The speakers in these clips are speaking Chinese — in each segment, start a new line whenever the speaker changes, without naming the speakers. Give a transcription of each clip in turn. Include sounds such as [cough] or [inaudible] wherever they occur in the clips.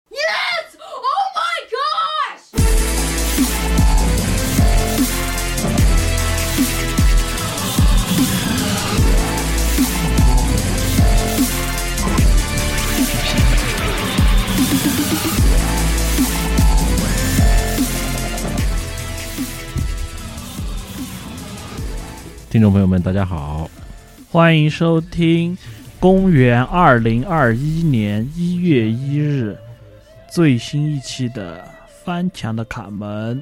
Oh
听众朋友们，大家好，
欢迎收听公元二零二一年一月一日最新一期的《翻墙的卡门》，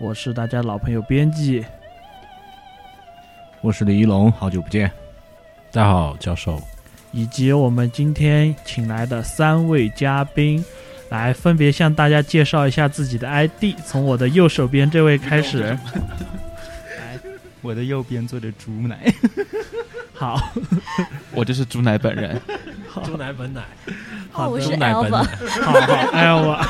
我是大家老朋友编辑。
我是李一龙，好久不见。大家好，教授。
以及我们今天请来的三位嘉宾，来分别向大家介绍一下自己的 ID。从我的右手边这位开始，
[laughs] 我的右边坐着猪奶，
好，
我就是猪奶本人，
好，
奶本奶，
好
哦，
的
我是
中奶本
Elva，
好好，Elva，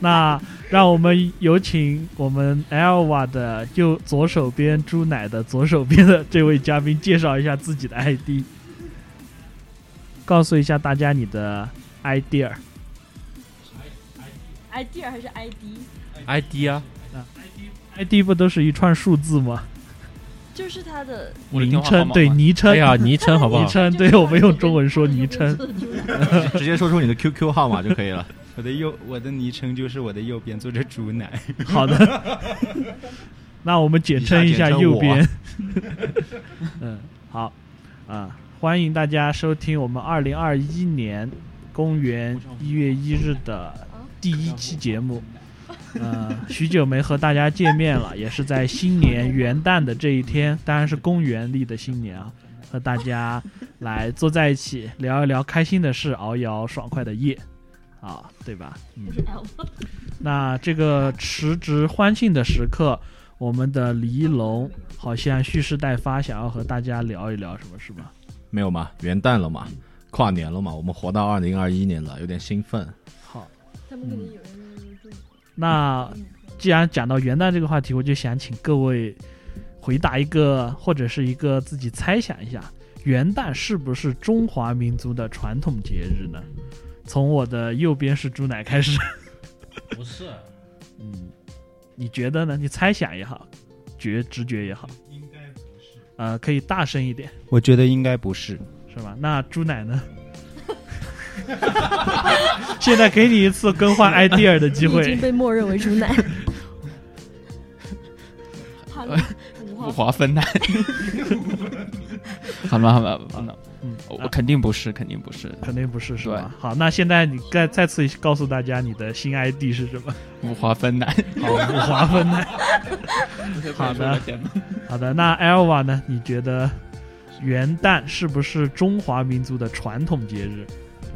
那让我们有请我们 Elva 的右左手边猪奶的左手边的这位嘉宾介绍一下自己的 ID，告诉一下大家你的啊 idea。
idea 还是 ID，
ID 啊，
ID 不都是一串数字吗？
就是他的
我的电
昵
话号
称
码
对
吗
昵称，
[laughs] 哎呀，昵称好不
[laughs]
好
昵？称
就是
对我们用
他的
中文说昵
他的
称
名字就是
直接说出你的 QQ 号码就可以了。
[laughs] 我的右我的昵称就是我的右边坐着猪奶，
[laughs] 好的， [laughs] 那我们简称一下右 [laughs] 边。嗯，好，啊、欢迎大家收听我们二零二一年公元一月一日的第一期节目。呃，许久没和大家见面 [laughs] 了，也是在新年元旦的这一天，当然是公元历的新年啊，和大家来坐在一起聊一聊开心的事，熬一熬爽快的夜，啊，对吧？
Elva，
那这个辞职欢庆的时刻，我们的李一龙好像蓄势待发，想要和大家聊一聊什么，是吧？
没有嘛，元旦了嘛，跨年了嘛，我们活到二零二一年了，有点兴奋。
好，
他们肯定有
[laughs]
人
那既然讲到元旦这个话题，我就想请各位回答一个，或者是一个自己猜想一下，元旦是不是中华民族的传统节日呢？从我的右边是猪奶开始，
不是，
嗯，你觉得呢？你猜想也好，觉直觉也好，应该不是。呃，可以大声一点，
我觉得应该不是，
是吧？那猪奶呢？ [laughs] 现在给你一次
[laughs]
更换 idea 的机
已
会
经，被默认为猪
[laughs]
奶。好了，
呃
五
不
号
划分
[laughs]
奶。好了好了，好了
嗯，
我
啊
肯定不是，肯定不是，
肯定不是是吧？好，那现在你再再次告诉大家你的新 ID 是什么？
不划分奶。
好，五华分
[laughs]
呢？好的，好的，那 Elva 呢？你觉得元旦是不是中华民族的传统节日？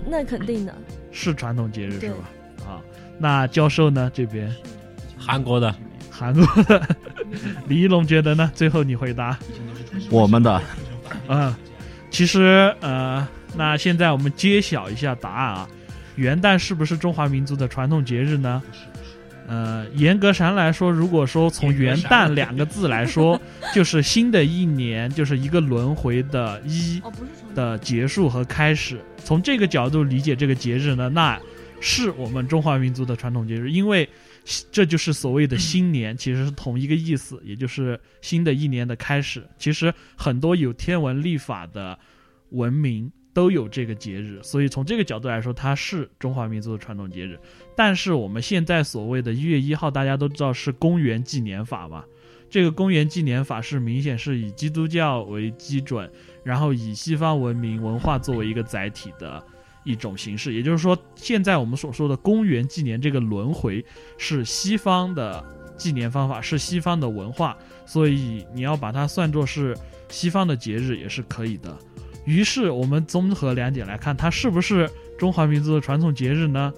那肯定的，
是传统节日
对
是吧？啊，那教授呢？这边
韩国的，
韩国的李一龙觉得呢？最后你回答。
我们的
[laughs] 嗯，其实呃，那现在我们揭晓一下答案啊。元旦是不是中华民族的传统节日呢？呃，严格上来说，如果说从“元旦”两个字来说，就是新的一年，就是一个轮回的一
哦，不是猪奶，
的结束和开始。从这个角度理解这个节日呢，那是我们中华民族的传统节日，因为这就是所谓的新年，其实是同一个意思，也就是新的一年的开始。其实很多有天文历法的文明都有这个节日，所以从这个角度来说，它是中华民族的传统节日。但是我们现在所谓的一月一号，大家都知道是公元纪年法嘛。这个公元纪年法是明显是以基督教为基准，然后以西方文明文化作为一个载体的一种形式。也就是说，现在我们所说的公元纪年这个轮回是西方的纪年方法，是西方的文化，所以你要把它算作是西方的节日也是可以的。于是我们综合两点来看，它是不是中华民族的传统节日呢？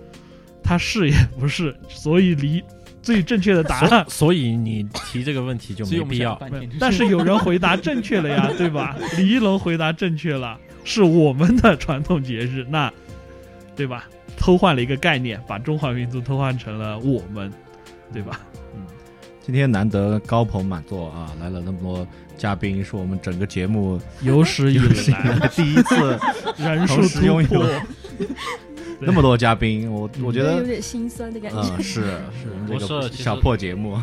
它是也不是，所以离最正确的答案
所以你提这个问题就
所以
没
我们
必要
想。半
不是
天，
但是有人回答正确了呀，对吧？李一龙回答正确了，是我们的传统节日，那对吧？偷换了一个概念，把中华民族偷换成了我们，
[laughs]
对吧？
今天难得高朋满座啊，来了那么多嘉宾，是我们整个节目
有史以来
第一
[laughs]
次
[laughs] 人数
同时
突
拥有
破，
[laughs] 那么多嘉宾，我我觉
有
得，
点心酸的感觉。
嗯，是是我们这
不是
个
其实
小破节目，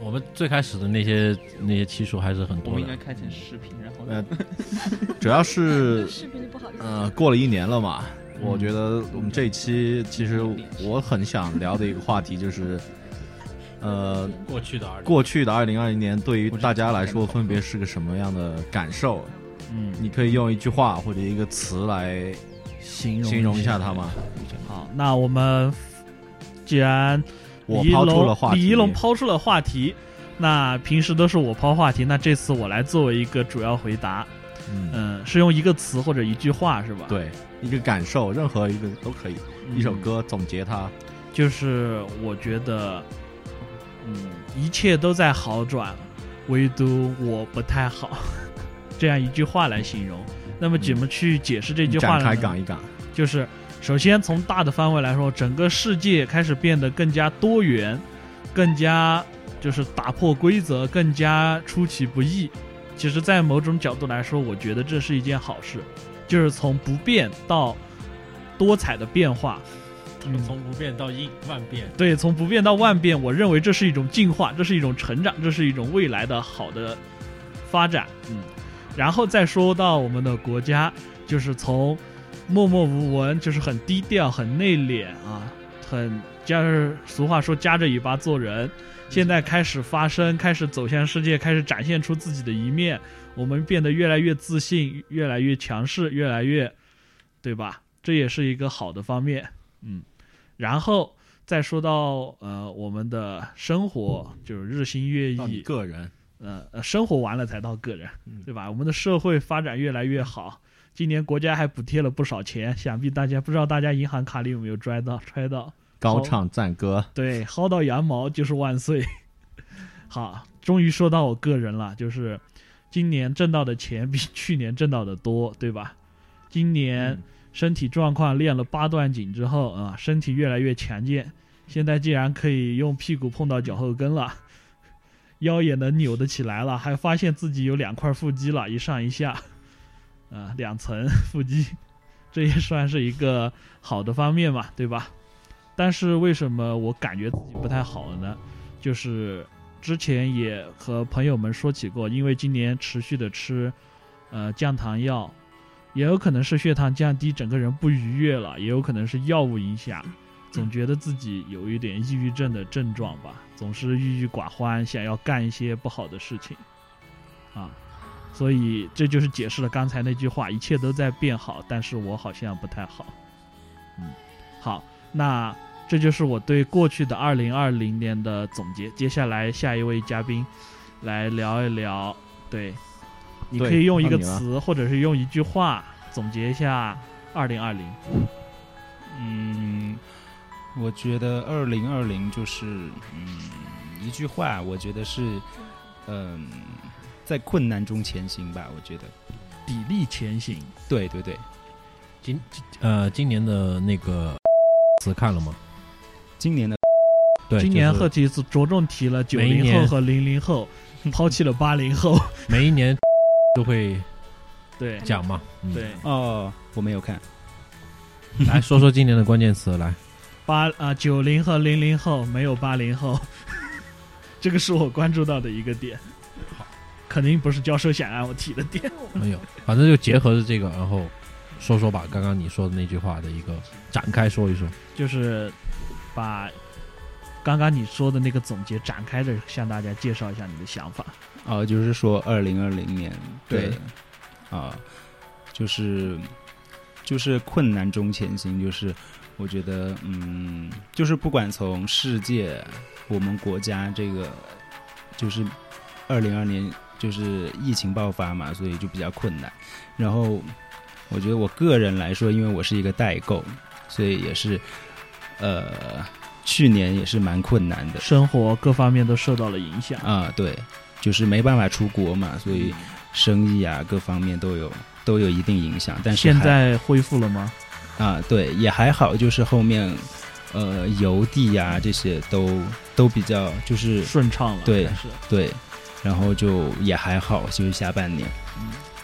我们最开始的那些那些期数还是很
我
多
们应该
的，
开成视频，然后
呃
呢？，
主要是呃
视频就不好意思，
呃，过了一年了嘛，我觉得我们这一期其实我很想聊的一个话题就是，呃，
过去的二
过去的二零二零年对于大家来说分别是个什么样的感受？
嗯，
你可以用一句话或者一个词来
形容
形容一下它吗？
好，那我们既然
我
李一
抛出
龙
了话题，
李一龙抛出了话题，那平时都是我抛话题，那这次我来作为一个主要回答。
嗯，
嗯，是用一个词或者一句话是吧？，
对，一个感受，任何一个都可以，
嗯
一首，歌总结它，
就是我觉得，嗯，一切都在好转，唯独我不太好， [laughs] 这样一句话来形容。那么怎么去解释这句
嗯展
话呢？
开讲一讲。
就是首先从大的范围来说，整个世界开始变得更加多元，更加就是打破规则，更加出其不意。其实，在某种角度来说，我觉得这是一件好事，就是从不变到多彩的变化。嗯，
从不变到应万变，
对，从不变到万变，我认为这是一种进化，这是一种成长，这是一种未来的好的发展。嗯，然后再说到我们的国家，就是从默默无闻，就是很低调、很内敛啊，很就是俗话说夹着尾巴做人。现在开始发声，开始走向世界，开始展现出自己的一面，我们变得越来越自信，越来越强势，越来越，对吧？这也是一个好的方面。嗯，然后再说到呃我们的生活，就是日新月
到你
异，
个人，
呃呃生活完了才到个人
嗯，
对吧？我们的社会发展越来越好，今年国家还补贴了不少钱，想必大家不知道大家银行卡里有没有拽到揣到，
高唱赞歌，
对，薅到羊毛就是万岁。好，终于说到我个人了，就是今年挣到的钱比去年挣到的多，对吧？今年
嗯
身体状况练了八段锦之后啊、身体越来越强健，现在竟然可以用屁股碰到脚后跟了，腰也能扭得起来了，还发现自己有两块腹肌了，一上一下，啊、两层 [laughs] 腹肌，这也算是一个好的方面嘛，对吧？但是为什么我感觉自己不太好了呢？就是之前也和朋友们说起过，因为今年持续的吃，呃，降糖药，也有可能是血糖降低，整个人不愉悦了，也有可能是药物影响，总觉得自己有一点抑郁症的症状吧，总是郁郁寡欢，想要干一些不好的事情，啊，所以这就是解释了刚才那句话，一切都在变好，但是我好像不太好，嗯，好，那。这就是我对过去的二零二零年的总结。接下来下一位嘉宾来聊一聊，对，你
对
可以用一个
换你了
词或者是用一句话总结一下二零二零。
嗯，我觉得二零二零就是嗯一句话，我觉得是嗯在困难中前行吧。我觉得，
砥砺前行。
对对对，
今今呃今年的那个词看了吗？
今年的
对，
今年
就是
贺奇子着重提了九
每一
零
年
后和零零 [laughs] 后，抛弃了八零后。
每一年 [laughs] 都会
对
讲嘛，嗯，
对，
哦，我没有看，
来说说今年的关键词来。
八啊九零和零零后没有八零后， [laughs] 这个是我关注到的一个点。肯定不是教授想让我提的点。
没有，哎反正就结合着这个，然后说说吧，刚刚你说的那句话的一个展开说一说。
[laughs] 就是把刚刚你说的那个总结展开着向大家介绍一下你的想法。
哦，就是说二零二零年，
对，
啊、就是就是困难中前行，就是我觉得，嗯，就是不管从世界，我们国家这个，就是二零二年就是疫情爆发嘛，所以就比较困难。然后我觉得我个人来说，因为我是一个代购，所以也是，呃，去年也是蛮困难的。
生活各方面都受到了影响。
啊，对，就是没办法出国嘛，所以生意啊各方面都有都有一定影响。但是
现
还
在恢复了吗？
啊，对，也还好，就是后面呃邮递啊这些都都比较就是
顺畅了，
对
还是
对，然后就也还好，就是下半年，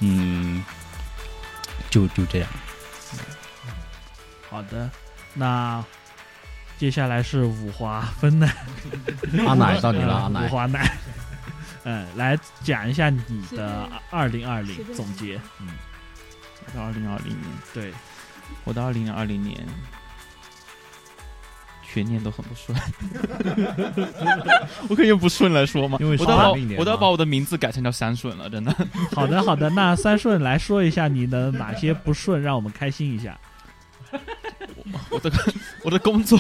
嗯，就就这样。
好的。那接下来是五华芬奶，
[laughs] 阿奶到你了，
啊
呃
阿
五
奶，
华奶， [laughs] 嗯，来讲一下你
随便
的二零二零
随便
总结。
到二零二零年，
对，
我的二零二零年全年都很不顺， [laughs] 我可以用不顺来说吗？
因为
我
是
都要把
本命年
我都要
嘛
把我的名字改成叫三顺了，
[laughs]
真的。
好的，好的，那三顺来说一下你的哪些不顺，让我们开心一下。
我的我的
[laughs]
工作，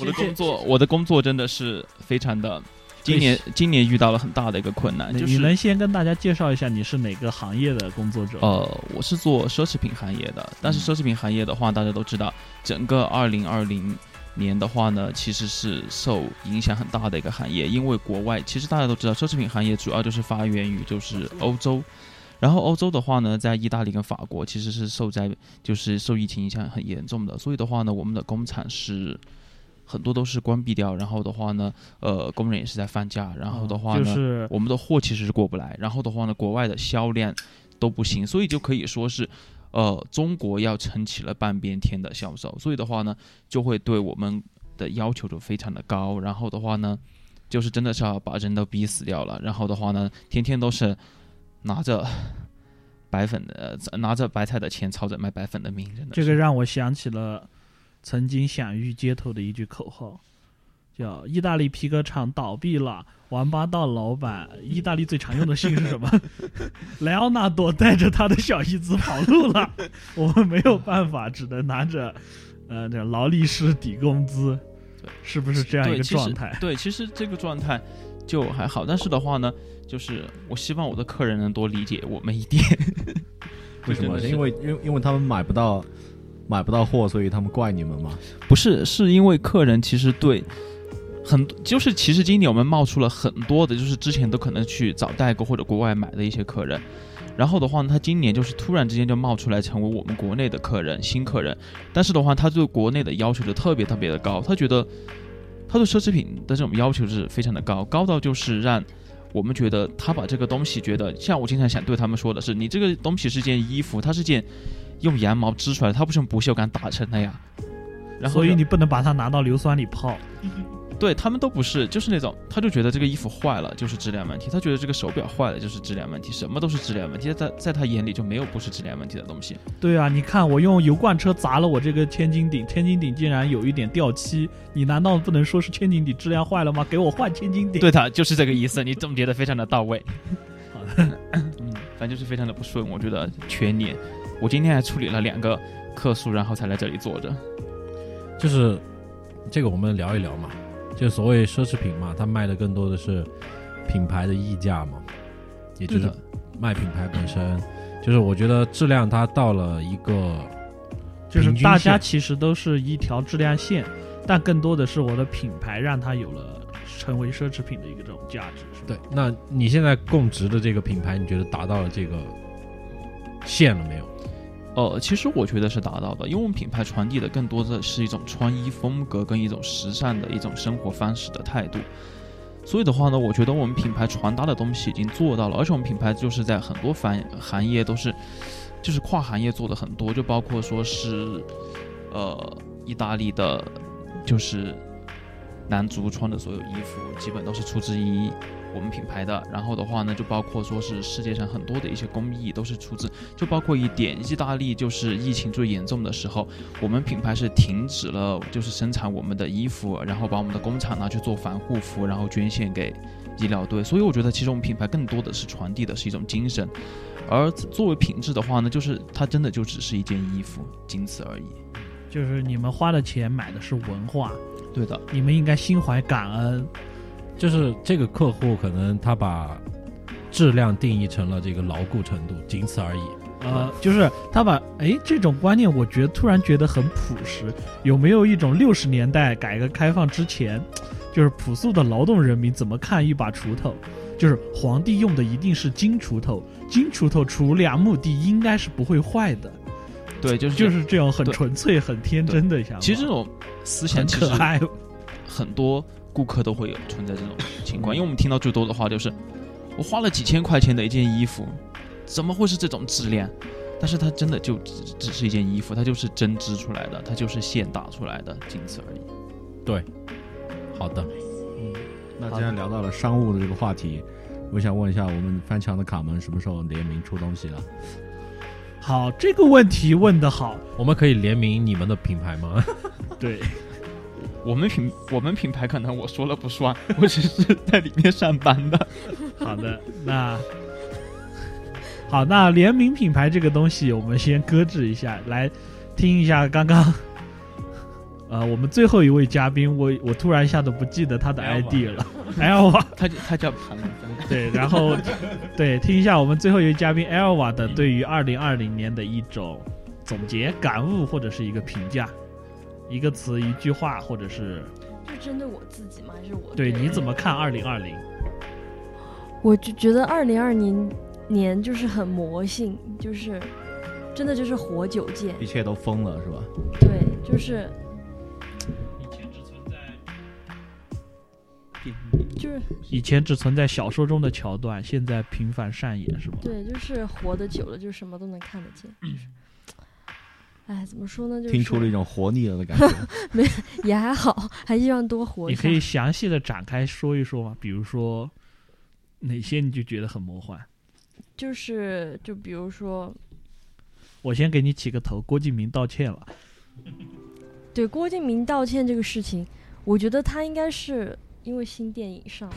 我的工作，我的工作真的是非常的。今年今年遇到了很大的一个困难，
你
就
你能
是
先跟大家介绍一下你是哪个行业的工作者？嗯
呃，我是做奢侈品行业的，但是奢侈品行业的话，大家都知道，整个二零二零年的话呢，其实是受影响很大的一个行业，因为国外其实大家都知道，奢侈品行业主要就是发源于就是欧洲。然后欧洲的话呢，在意大利跟法国其实是受在就是受疫情影响很严重的，所以的话呢，我们的工厂是很多都是关闭掉，然后的话呢，呃，工人也是在放假，然后的话呢，
哦
[laughs]
就是
我们的货其实是过不来，然后的话呢，国外的销量都不行，所以就可以说是，呃，中国要撑起了半边天的销售，所以的话呢，就会对我们的要求就非常的高，然后的话呢，就是真的是要把人都逼死掉了，然后的话呢，天天都是拿着白粉的 [laughs] 呃拿着白菜的钱操着卖白粉的命，真的
这
是
个让我想起了曾经享誉街头的一句口号，叫“意大利皮革厂倒闭了，王八蛋老板”。意大利最常用的姓是什么？ [laughs] 莱昂纳多带着他的小姨子跑路了， [laughs] 我们没有办法，只能拿着呃这劳力士抵工资
对，
是不是这啊样一
对
个
其实
状态？
对，其实这个状态就还好，但是的话呢，就是我希望我的客人能多理解我们一点。
为什么？
真的是
因为因为因为他们买不到买不到货，所以他们怪你们嘛。
嗯
不是，是因为客人其实对很多就是其实今年我们冒出了很多的，就是之前都可能去找代购或者国外买的一些客人。然后的话呢，他今年就是突然之间就冒出来成为我们国内的客人，新客人。但是的话，他对国内的要求就特别特别的高，他觉得他对奢侈品的这种要求是非常的高，高到就是让我们觉得他把这个东西觉得，像我经常想对他们说的是，你这个东西是件衣服，它是件用羊毛织出来的，它不是用不锈钢打成的呀。然后
所以
就
你不能把它拿到硫酸里泡。
对他们都不是，就是那种，他就觉得这个衣服坏了就是质量问题，他觉得这个手表坏了就是质量问题，什么都是质量问题，在他在他眼里就没有不是质量问题的东西。
对啊，你看我用油罐车砸了我这个千斤顶，千斤顶竟然有一点掉漆，你难道不能说是千斤顶质量坏了吗？给我换千斤顶。
对他就是这个意思，你总结的非常的到位。嗯，反正就是非常的不顺，我觉得全年，我今天还处理了两个客诉，然后才来这里坐着。
就是这个我们聊一聊嘛，就所谓奢侈品嘛，它卖的更多的是品牌的溢价嘛，也就是
的，
卖品牌本身。就是我觉得质量它到了一个
就是
平均
大家
线
其实都是一条质量线，但更多的是我的品牌让它有了成为奢侈品的一个这种价值，是吧？
对，那你现在供职的这个品牌，你觉得达到了这个线了没有？
呃，其实我觉得是达到的，因为我们品牌传递的更多的是一种穿衣风格跟一种时尚的一种生活方式的态度。所以的话呢，我觉得我们品牌传达的东西已经做到了，而且我们品牌就是在很多行行业都是，就是跨行业做的很多，就包括说是，呃，意大利的，就是男足穿的所有衣服基本都是出自于我们品牌的。然后的话呢，就包括说是世界上很多的一些工艺都是出自，就包括一点，意大利就是疫情最严重的时候，我们品牌是停止了就是生产我们的衣服，然后把我们的工厂拿去做防护服，然后捐献给医疗队。所以我觉得其实我们品牌更多的是传递的是一种精神，而作为品质的话呢，就是它真的就只是一件衣服，仅此而已。
就是你们花的钱买的是文化，
对的，
你们应该心怀感恩。
就是这个客户可能他把质量定义成了这个牢固程度，仅此而已。
呃，就是他把哎这种观念，我觉得突然觉得很朴实。有没有一种六十年代改革开放之前，就是朴素的劳动人民怎么看一把锄头？就是皇帝用的一定是金锄头，金锄头除两亩地应该是不会坏的，
对，就是
就
就是
这种很
对
纯粹、很天真的想法，
其实这种思想
很
其
可
实
爱。
很多顾客都会有存在这种情况，因为我们听到最多的话就是，我花了几千块钱的一件衣服，怎么会是这种质量？但是它真的就只只是一件衣服，它就是针织出来的，它就是线打出来的，仅此而已。
好的，
那
好
既然聊到了商务的这个话题，我想问一下，我们翻墙的卡门什么时候联名出东西了？
好，这个问题问得好，
我们可以联名你们的品牌吗？
对，
我们品 [laughs] 我们品牌可能我说了不算，我只是在里面上班的。
好的，那好，那联名品牌这个东西我们先搁置一下，来听一下刚刚。呃，我们最后一位嘉宾，我我突然一下子不记得他的 ID 了，L 瓦，
他就他叫庞真，
对，然后对，听一下我们最后一位嘉宾 L 瓦的对于二零二零年的一种总结、感悟或者是一个评价，一个词、一句话，或者是
就针对我自己吗？还是我
对你怎么看二零二零？
我就觉得二零二零年就是很魔性，就是真的就是活久见，
一切都疯了是吧？
对，就是就是
以前只存在小说中的桥段，现在频繁上演，是吗？
对，就是活得久了，就什么都能看得见。就是哎，怎么说呢？就是
听出了一种活腻了的感觉。
也还好，还希望多活一
你
下。
可以详细的展开说一说吗？比如说哪些你就觉得很魔幻？
就是就比如说，
我先给你起个头，郭敬明道歉了，
对郭敬明道歉这个事情，我觉得他应该是因为新电影上吧，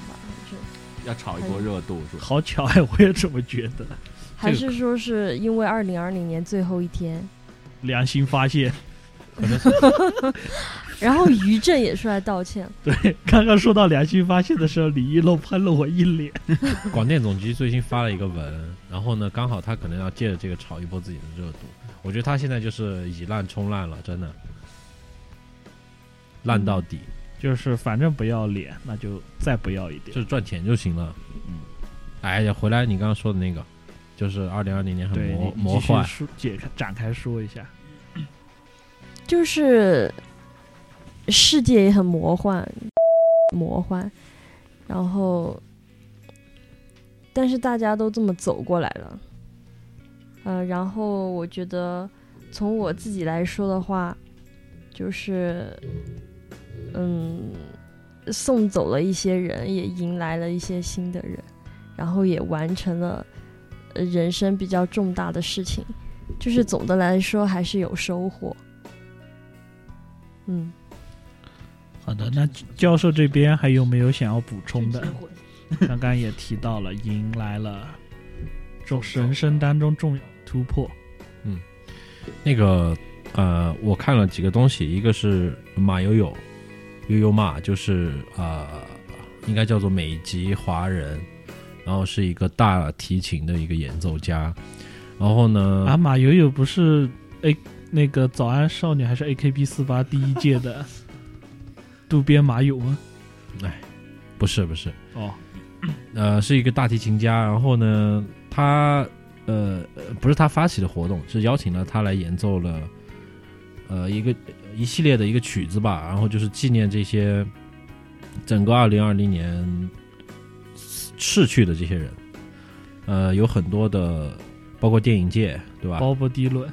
要炒一波热度是吧？
好巧哎，我也这么觉得，
还是还是说是因为二零二零年最后一天，
良心发现。 [laughs]
然后于正也出来道歉，
对，刚刚说到良心发现的时候，李一龙喷了我一脸。
广电总局最近发了一个文，然后呢，刚好他可能要借着这个炒一波自己的热度。我觉得他现在就是以烂冲烂了，真的烂到底，
嗯就是反正不要脸，那就再不要一点
就。是赚钱就行了。嗯，哎呀，回来你刚刚说的那个，就是二零二零年很
对，
魔
你
魔
你继续
幻，
说解开展开说一下。
就是世界也很魔幻， [laughs] 魔幻，然后，但是大家都这么走过来了，呃，然后我觉得从我自己来说的话，就是，嗯，送走了一些人，也迎来了一些新的人，然后也完成了呃人生比较重大的事情，就是总的来说还是有收获。嗯，
好的，那教授这边还有没有想要补充的？刚刚也提到了，迎来了这人生当中重要的突破。
那个呃，我看了几个东西，一个是马友友，悠悠嘛，就是呃，应该叫做美籍华人，然后是一个大提琴的一个演奏家，然后呢，
啊，马友友不是 A 那个早安少女还是 AKB 四八第一届的渡边麻友吗？
不是不是，
哦，
呃，是一个大提琴家，然后呢，他呃呃不是他发起的活动，是邀请了他来演奏了呃一个一系列的一个曲子吧，然后就是纪念这些整个二零二零年逝去的这些人，呃，有很多的，包括电影界，对吧？
鲍勃迪伦、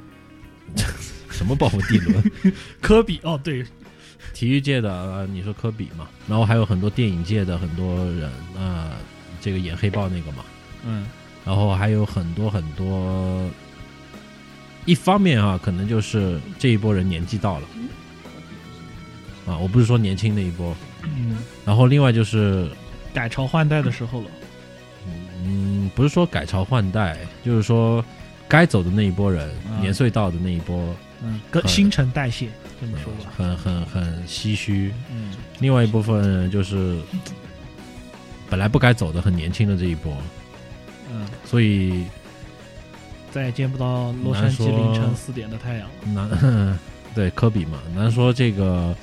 什么鲍勃迪伦？
科比哦，对，
体育界的、呃、你说科比嘛，然后还有很多电影界的很多人，呃，这个演黑豹那个嘛。
嗯，
然后还有很多很多。一方面啊，可能就是这一波人年纪到了，啊，我不是说年轻那一波。
嗯，
然后另外就是，
改朝换代的时候了。
嗯，不是说改朝换代，就是说该走的那一波人，
嗯
年岁到的那一波，
嗯，跟
嗯
新陈代谢这么说吧。
很很很唏嘘。
嗯，
另外一部分就是本来不该走的很年轻的这一波，
嗯，
所以
再也见不到洛杉
难
矶
说
凌晨四点的太阳了。
难 [laughs] 对科比嘛，难说这个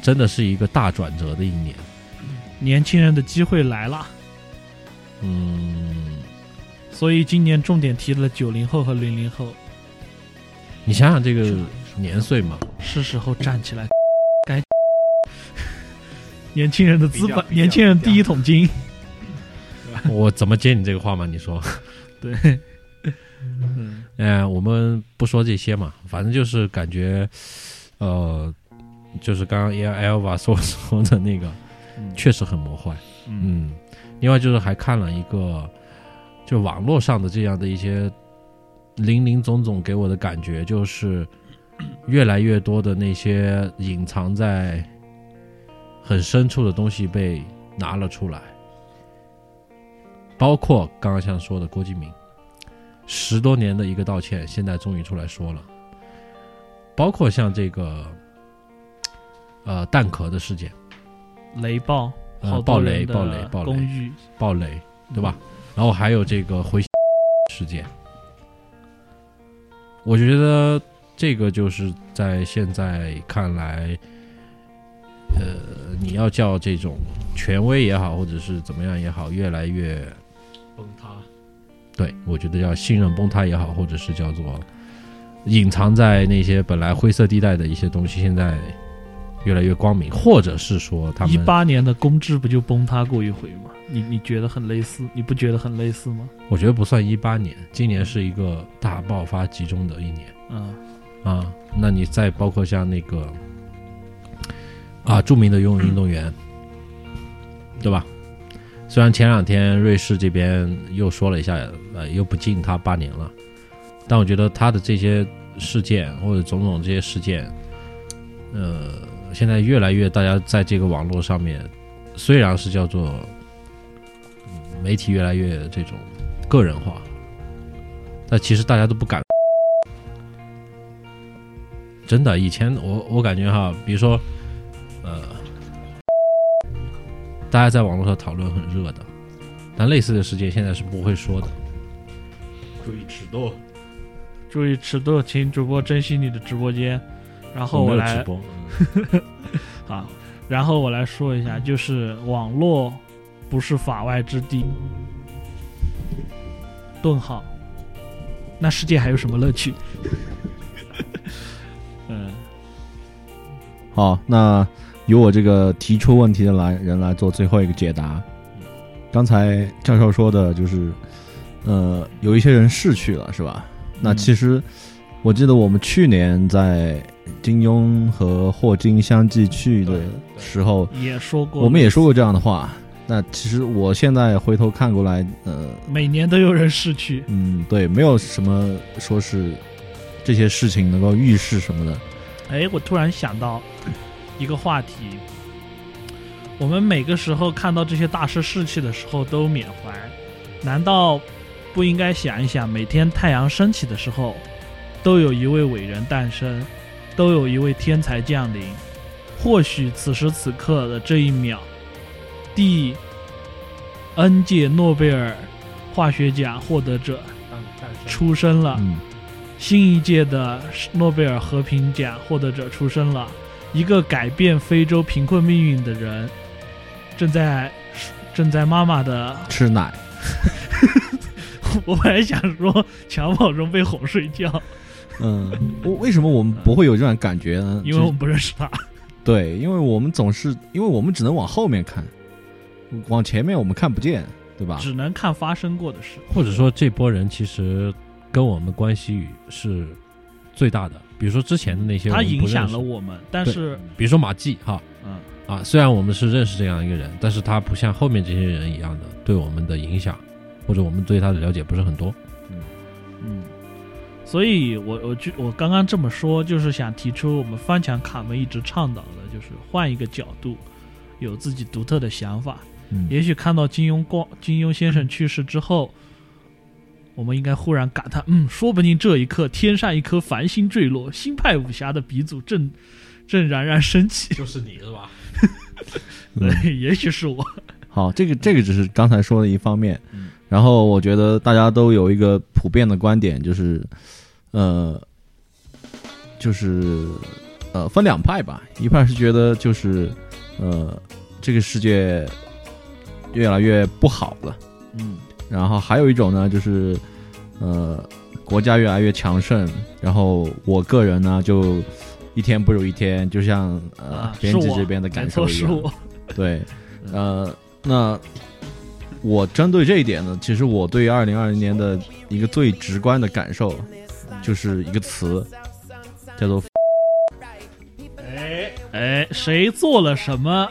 真的是一个大转折的一年。
年轻人的机会来了，
嗯，
所以今年重点提了九零后和零零后，
你想想这个年岁嘛，
是时候站起来，该 [laughs] 年轻人的资
比较
本
比，较
年轻人第一桶金。
我怎么接你这个话嘛？你说，
对，嗯，
哎，我们不说这些嘛，反正就是感觉，呃，就是刚刚 L Elva [laughs] 所说的那个，确实很魔幻。
嗯
嗯，另外就是还看了一个，就网络上的这样的一些林林总总给我的感觉就是，越来越多的那些隐藏在很深处的东西被拿了出来，包括刚刚像说的郭敬明，十多年的一个道歉，现在终于出来说了，包括像这个呃蛋壳的事件，
雷暴，
呃
好
爆
多
雷
人的
爆雷爆
公
雷
寓，
爆雷，对吧？然后还有这个回事件，我觉得这个就是在现在看来，呃，你要叫这种权威也好，或者是怎么样也好，越来越
崩塌。
对我觉得叫信任崩塌也好，或者是叫做隐藏在那些本来灰色地带的一些东西，现在越来越光明，或者是说他
一
们
八年的公制不就崩塌过一回吗？你你觉得很类似？你不觉得很类似吗？
我觉得不算一八年，今年是一个大爆发集中的一年
嗯，
啊。那你再包括像那个啊，著名的游泳运动员，对吧？虽然前两天瑞士这边又说了一下，呃，又不禁他八年了，但我觉得他的这些事件或者种种这些事件，呃，现在越来越大家在这个网络上面，虽然是叫做嗯媒体越来越这种个人化，但其实大家都不敢。真的，以前我我感觉哈，比如说，呃，大家在网络上讨论很热的，但类似的事件现在是不会说的。注意尺度，
注意尺度，请主播珍惜你的直播间。然后
我没有直
来
播，
啊，然后我来说一下，就是网络不是法外之地。顿号，那世界还有什么乐趣？ [laughs] 嗯，
好，那由我这个提出问题的来人来做最后一个解答。刚才教授说的就是，呃，有一些人逝去了，是吧？那
嗯
其实我记得我们去年在金庸和霍金相继去的时候，
也说过，
我们也说过这样的话。那其实我现在回头看过来，呃，
每年都有人逝去。
嗯，对，没有什么说是这些事情能够预示什么的。
哎，我突然想到一个话题，我们每个时候看到这些大师逝去的时候都缅怀，难道不应该想一想，每天太阳升起的时候，都有一位伟人诞生，都有一位天才降临？或许此时此刻的这一秒，第 N 届诺贝尔化学奖获得者出生了。
嗯，
新一届的诺贝尔和平奖获得者出生了，一个改变非洲贫困命运的人，正在正在妈妈的， [laughs]
吃奶，
我本来想说襁褓中被哄睡觉，
嗯，我为什么我们不会有这种感觉呢？
因为我们不认识他。
对，因为我们总是，因为我们只能往后面看，往前面我们看不见，对吧？
只能看发生过的事。
或者说这波人其实跟我们关系是最大的。比如说之前的那些，
他
我们不
影
认识
响了，我们，但是，
比如说马季哈
嗯，
啊，虽然我们是认识这样一个人，但是他不像后面这些人一样的对我们的影响，或者我们对他的了解不是很多。
嗯，所以我我就我刚刚这么说，就是想提出我们翻墙卡门一直倡导的，就是换一个角度，有自己独特的想法。
嗯
也许看到金庸光金庸先生去世之后，我们应该忽然感叹，嗯，说不定这一刻天上一颗繁星坠落，新派武侠的鼻祖正正冉冉升起。
就是你是吧？
[laughs] 对，
嗯
也许是我。
好，这个这个只是刚才说的一方面，
嗯
然后我觉得大家都有一个普遍的观点，就是，呃，就是呃分两派吧，一派是觉得就是呃这个世界越来越不好了，
嗯，
然后还有一种呢，就是呃，国家越来越强盛，然后我个人呢就一天不如一天，就像呃、
啊，
编
是
辑
我
这边的感受
没错
一
是
样，
我。
对，呃，那我针对这一点呢，其实我对二零二零年的一个最直观的感受，就是一个词，叫做
哎，谁做了什么？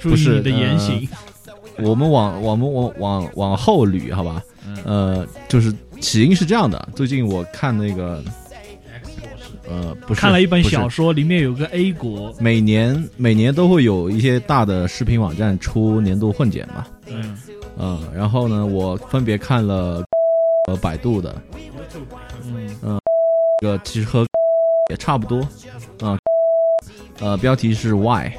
注
不
意
是
你的言
呃
行。嗯
我们往我们往往往后捋，好吧？呃，就是起因是这样的，最近我看那个，呃，不是
看了一本
不是
小说，里面有个 A 国，
每年每年都会有一些大的视频网站出年度混剪嘛，
嗯，
嗯，然后呢，我分别看了 [laughs] 和百度的，
嗯
这个其实和也差不多，啊、呃，标题是 Why，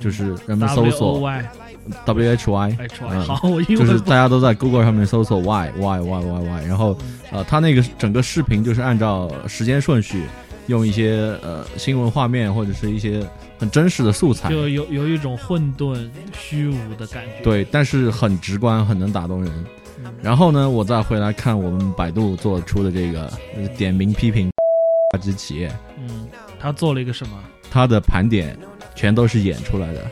就是人们搜
W O
索
Y 哎
W H Y，
H
嗯
Y，好，我英
就
文
是
不
大家都在 Google 上面搜索 Why Why Why Why Why，然后呃，他那个整个视频就是按照时间顺序，用一些呃新闻画面或者是一些很真实的素材，
就有有一种混沌虚无的感觉。
对，但是很直观，很能打动人。
嗯，
然后呢，我再回来看我们百度做出的这个呃点名批评这只企业，
嗯，他做了一个什么？
它的盘点全都是演出来的。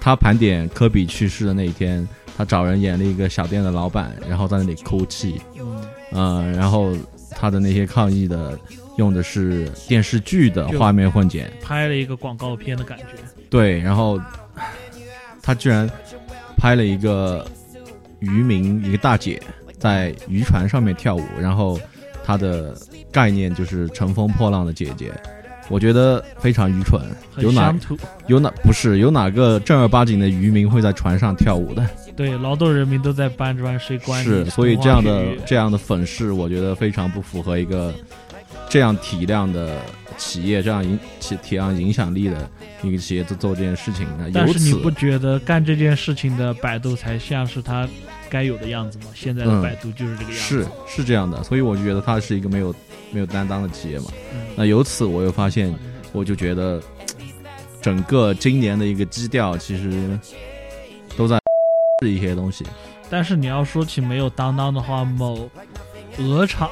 他盘点科比去世的那一天，他找人演了一个小店的老板，然后在那里哭泣，
嗯，
嗯，然后他的那些抗议的用的是电视剧的
就
画面混剪，
拍了一个广告片的感觉。
对，然后唉他居然拍了一个渔民，一个大姐在渔船上面跳舞，然后他的概念就是乘风破浪的姐姐，我觉得非常愚蠢，有
很
哪
乡土，
有哪不是有哪个正儿八经的渔民会在船上跳舞的？
对，劳动人民都在搬砖水管理，
是，所以
风
这
花
样的
雪月
这样的粉饰，我觉得非常不符合一个这样体量的企业，这样影体体量影响力的一个企业做做这件事情呢。
但
由
是你
此，
不觉得干这件事情的百度才像是它该有的样子吗？现在的
嗯
百度就是这个样子。
是是这样的，所以我就觉得它是一个没有没有担当的企业嘛。
嗯，
那由此我又发现，我就觉得整个今年的一个基调其实都在 [laughs] 是一些东西，
但是你要说起没有担当的话，某鹅厂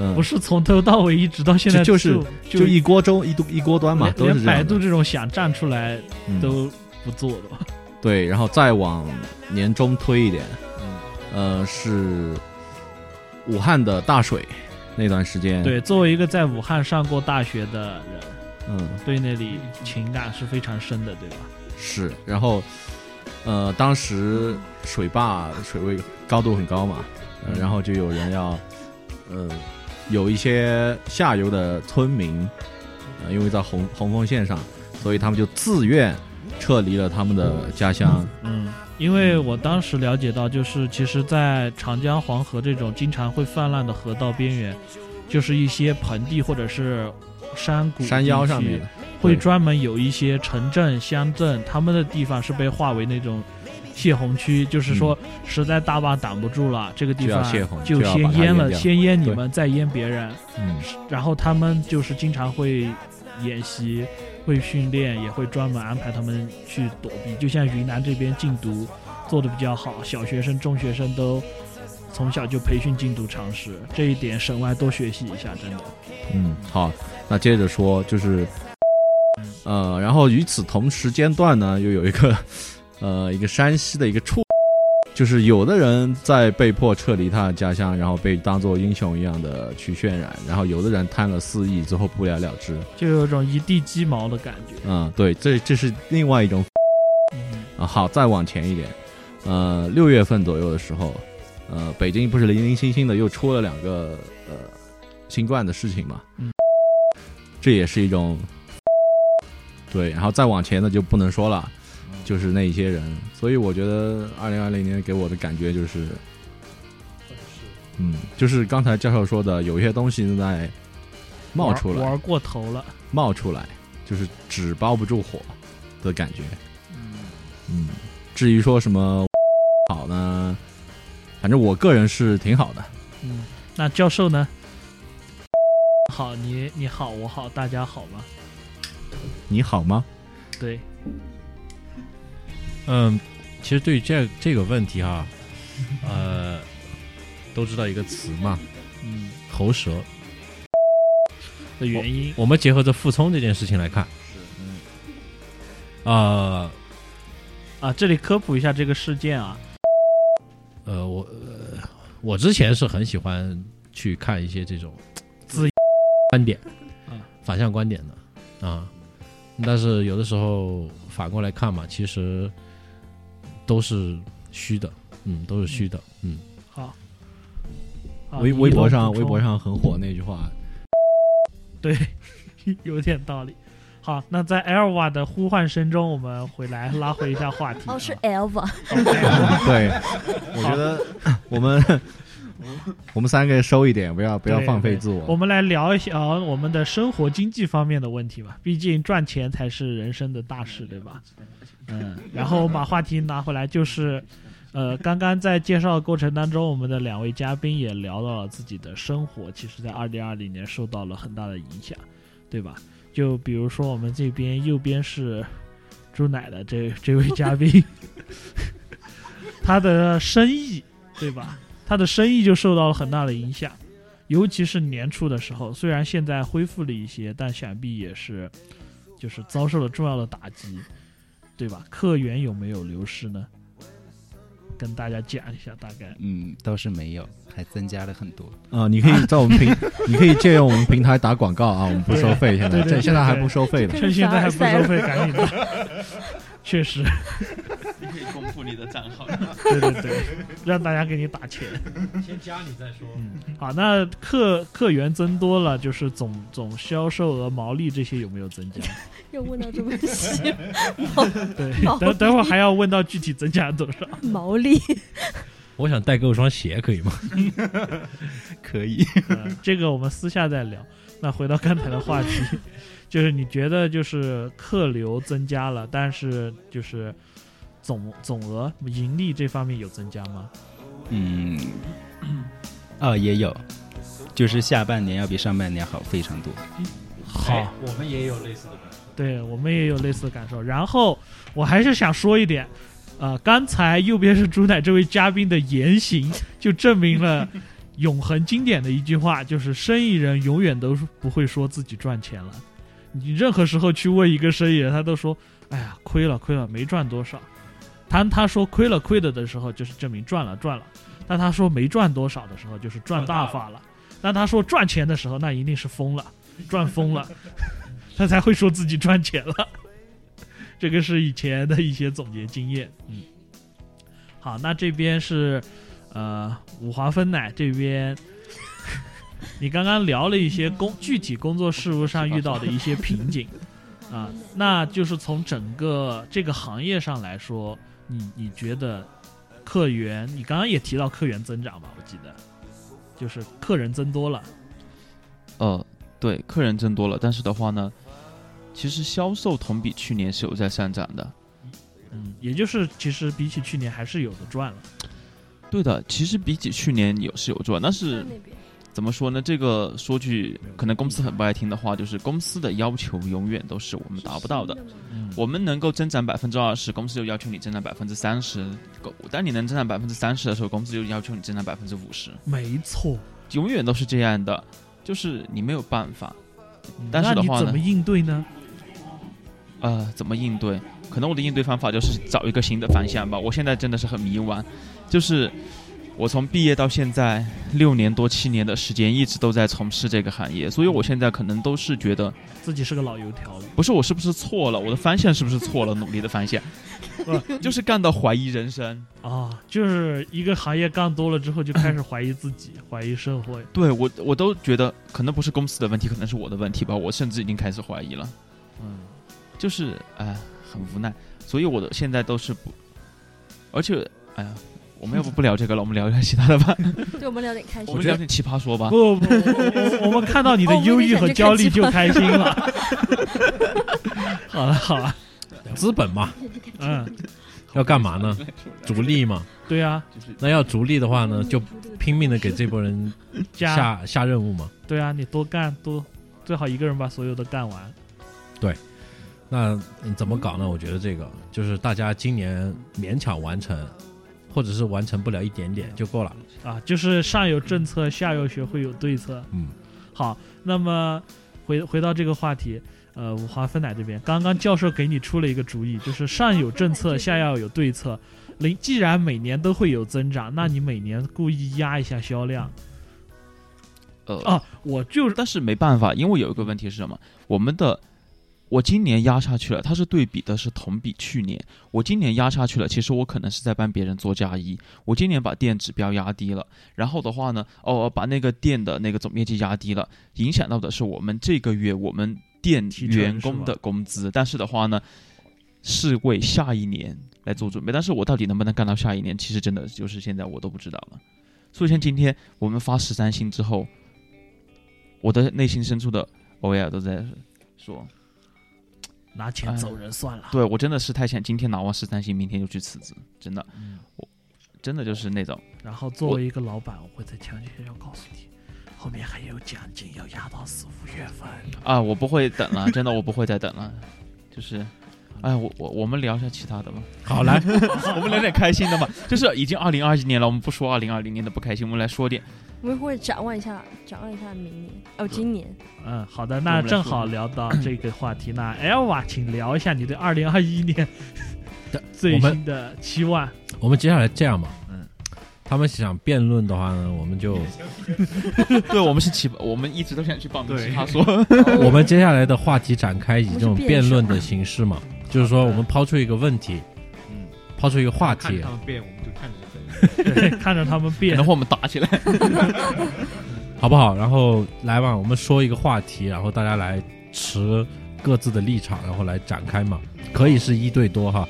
嗯，
不是从头到尾一直到现
就
在
就是
就
就一锅粥一锅一锅端嘛，
连
都是
连
这
百
样
度
的。
这种想站出来
嗯
都不做的吧？
对，然后再往年中推一点，
嗯
呃，是武汉的大水那段时间，，
对，作为一个在武汉上过大学的人，
嗯，
对那里情感是非常深的，对吧？
是，然后呃，当时水坝水位高度很高嘛，
嗯
呃、然后就有人要，呃，有一些下游的村民，呃，因为在红红枫线上，所以他们就自愿撤离了他们的家乡，
嗯，因为我当时了解到，就是其实，在长江黄河这种经常会泛滥的河道边缘，就是一些盆地或者是山谷
山腰上面
地
的
区，会
对
专门有一些城镇、乡镇，他们的地方是被划为那种。泄洪区就是说，实在大坝挡不住了，这个地
嗯就要
方
泄洪
就
就要
先
把它
淹
淹
了，
掉
先淹你
对
们，再淹别人。
嗯，
然后他们就是经常会演习、会训练，也会专门安排他们去躲避。就像云南这边禁毒做的比较好，小学生、中学生都从小就培训禁毒常识，这一点省外多学习一下，真的。
嗯，好，那接着说，就是，呃，然后与此同时间段呢，又有一个，呃，一个山西的一个处，就是有的人在被迫撤离他的家乡，然后被当做英雄一样的去渲染，然后有的人贪了四亿，最后不了了之。
就有一种一地鸡毛的感觉。
嗯，对，这这是另外一种
嗯，
啊，好，再往前一点，呃，六月份左右的时候，呃，北京不是零零星星的又出了两个呃新冠的事情嘛，
嗯，
这也是一种，对，然后再往前的就不能说了，
嗯
就是那一些人，所以我觉得二零二零年给我的感觉就是，嗯，就是刚才教授说的，有一些东西在冒出
玩
来，
玩过头了。
冒出来，就是纸包不住火的感觉。嗯，至于说什么 [laughs] 好呢，反正我个人是挺好的。
嗯，那教授呢？好，你你好，我好，大家好吗？
你好吗？
对，
嗯，其实对于这这个问题哈，呃，都知道一个词嘛，
嗯，
喉舌。
的原因，
我们结合着傅聪这件事情来看，啊、
啊，这里科普一下这个事件啊，
呃，我呃我之前是很喜欢去看一些这种
自
观点
啊，
反向观点的啊，但是有的时候反过来看嘛，其实都是虚的，嗯，都是虚的，嗯。
好，
[laughs]
啊
微微博上
遗漏补充
微博上很火那句
[laughs]
话，
对， [laughs] 有点道理。好，那在 Elva 的呼唤声中，我们回来拉回一下话题。
啊
哦，是 Elva，
[laughs]
对，我觉得我们
[laughs]
我们三个收一点，不要不要
对
放飞
对
自我
我。们来聊一聊我们的生活经济方面的问题吧，毕竟赚钱才是人生的大事，对吧？嗯，然后我把话题拿回来，就是，呃，刚刚在介绍的过程当中，我们的两位嘉宾也聊到了自己的生活，其实在二零二零年受到了很大的影响，对吧？就比如说我们这边右边是猪奶的这这位嘉宾，他的生意，对吧？他的生意就受到了很大的影响。尤其是年初的时候，虽然现在恢复了一些，但想必也是就是遭受了重要的打击，对吧？客源有没有流失呢？跟大家讲一下，大概
嗯，倒是没有，还增加了很多。
啊，你可以在我们平， [laughs] 你可以借用我们平台打广告啊，我们不收费，现
对
在
对
这
对
现在还
对
不收费的。
趁现在还不收费，赶紧的。确实，
你可以公布你的账号。
[laughs] 对对对，让大家给你打钱。嗯
先加你再说。
好，那客客源增多了，就是总总销售额、毛利这些有没有增加？
又问到这么细
对
毛，
等等会儿还要问到具体增加多少。
毛利，
我想代购双鞋，可以吗？
可以，
嗯，这个我们私下再聊。那回到刚才的话题， [laughs] 就是你觉得就是客流增加了，但是就是总总额盈利这方面有增加吗？ [clears throat]
嗯，啊，也有，就是下半年要比上半年好非常多。
好，
我们也有类似的感受。
对我们也有类似的感受。然后我还是想说一点，呃，刚才右边是朱奶这位嘉宾的言行，就证明了永恒经典的一句话，就是生意人永远都不会说自己赚钱了。你任何时候去问一个生意人，他都说：“哎呀，亏了，亏了，没赚多少。”当他说亏了，亏了的时候，就是证明赚了，赚了；当他说没赚多少的时候，就是赚大发了；当他说赚钱的时候，那一定是疯了，赚疯了。 [laughs] 他才会说自己赚钱了。 [laughs] 这个是以前的一些总结经验。嗯，好，那这边是呃五华芬奶这边， [laughs] 你刚刚聊了一些工具体工作事务上遇到的一些瓶颈啊，那就是从整个这个行业上来说，你你觉得客源，你刚刚也提到客源增长吧？我记得就是客人增多了，
[laughs] 呃，对，客人增多了，但是的话呢，其实销售同比去年是有在上涨的。
嗯，也就是其实比起去年还是有的赚了。
对的，其实比起去年有是有赚，但是
那边
怎么说呢？这个说句可能公司很不爱听的话，就是公司的要求永远都是我们达不到的。
嗯，
我们能够增长百分之二十，公司就要求你增长百分之三十；当你能增长百分之三十的时候，公司就要求你增长百分之五十，
没错。
永远都是这样的，就是你没有办法。
嗯
但是的
那
话
你
呢
怎么应对呢？
呃，怎么应对？可能我的应对方法就是找一个新的方向吧。我现在真的是很迷茫，就是我从毕业到现在六年多七年的时间，一直都在从事这个行业，所以我现在可能都是觉得，
自己是个老油 [laughs] 条了。
不是我是不是错了，我的方向是不是错了，努力的方向，不就是干到怀疑人生。
啊，就是一个行业干多了之后，就开始怀疑自 [laughs] 己，怀疑社会。
对我，我都觉得可能不是公司的问题，可能是我的问题吧。我甚至已经开始怀疑了，
嗯，
就是哎、很无奈。所以我的现在都是不，而且哎呀，我们要不不聊这个了，我们聊一下其他的吧。
[laughs]
对我们聊点开
我
心
们。聊点奇葩说吧。
不不不，我我我们看到你的忧郁和焦虑就开心 [laughs] 了。好了好了，
资本嘛，
嗯，
要干
[laughs]
嘛呢？逐利嘛。
对啊，
那要逐利的话呢，就拼命的给这波人
加
下下任务嘛。
对啊，你多干多，最好一个人把所有的干完。
那嗯怎么搞呢？我觉得这个就是大家今年勉强完成，或者是完成不了一点点就够了。
啊，就是上有政策，下有学会有对策。
嗯，
好，那么回回到这个话题，呃，五华芬奶这边，刚刚教授给你出了一个主意，就是上有政策，下要有对策。零，既然每年都会有增长，那你每年故意压一下销量
呃，
啊，我就是
但是没办法，因为有一个问题是什么？我们的我今年压下去了，它是对比的是同比去年，我今年压下去了，其实我可能是在帮别人做嫁衣，我今年把店指标压低了，然后的话呢，哦，把那个店的那个总业绩压低了，影响到的是我们这个月我们店
提成
员
是
工
吧
的工资，但是的话呢，是为下一年来做准备，但是我到底能不能干到下一年，其实真的就是现在我都不知道了。所以像今天我们发十三星之后，我的内心深处的 OL 都在说，
拿钱走人算了。
对我真的是太想今天拿完十三星，明天就去辞职，真的，
嗯
我真的就是那种，
然后作为一个老板，我会在强行上告诉你，后面还有奖金要压到四五月份。
啊，我不会等了，真的我不会再等了，就是，哎，我我我们聊一下其他的吧， [laughs]
好来，
我们聊点开心的吧，就是已经二零二一年了，我们不说二零二零年的不开心，我们来说点，
我们会展望一下，展望一下明年哦，今年
嗯，好的，那正好聊到这个话题，那 Elva，请聊一下你对二零二一年最
我们
新的期望。
[laughs]
[laughs]
我们接下来这样吧，
嗯，
他们想辩论的话呢，我们就
对我们是奇葩，我们一直都想去帮
对
奇葩说，
[laughs] [laughs] 我们接下来的话题展开以这种
我们是辩
辩
手
论的形式嘛，就是说我们抛出一个问题，
嗯，
抛出一个话
看着
题
他，们变，我们就看着就分。
对，看着他们变
然，后我们打起来，
好不好？然后来吧，我们说一个话题，然后大家来持各自的立场，然后来展开嘛，可以是一对多哈，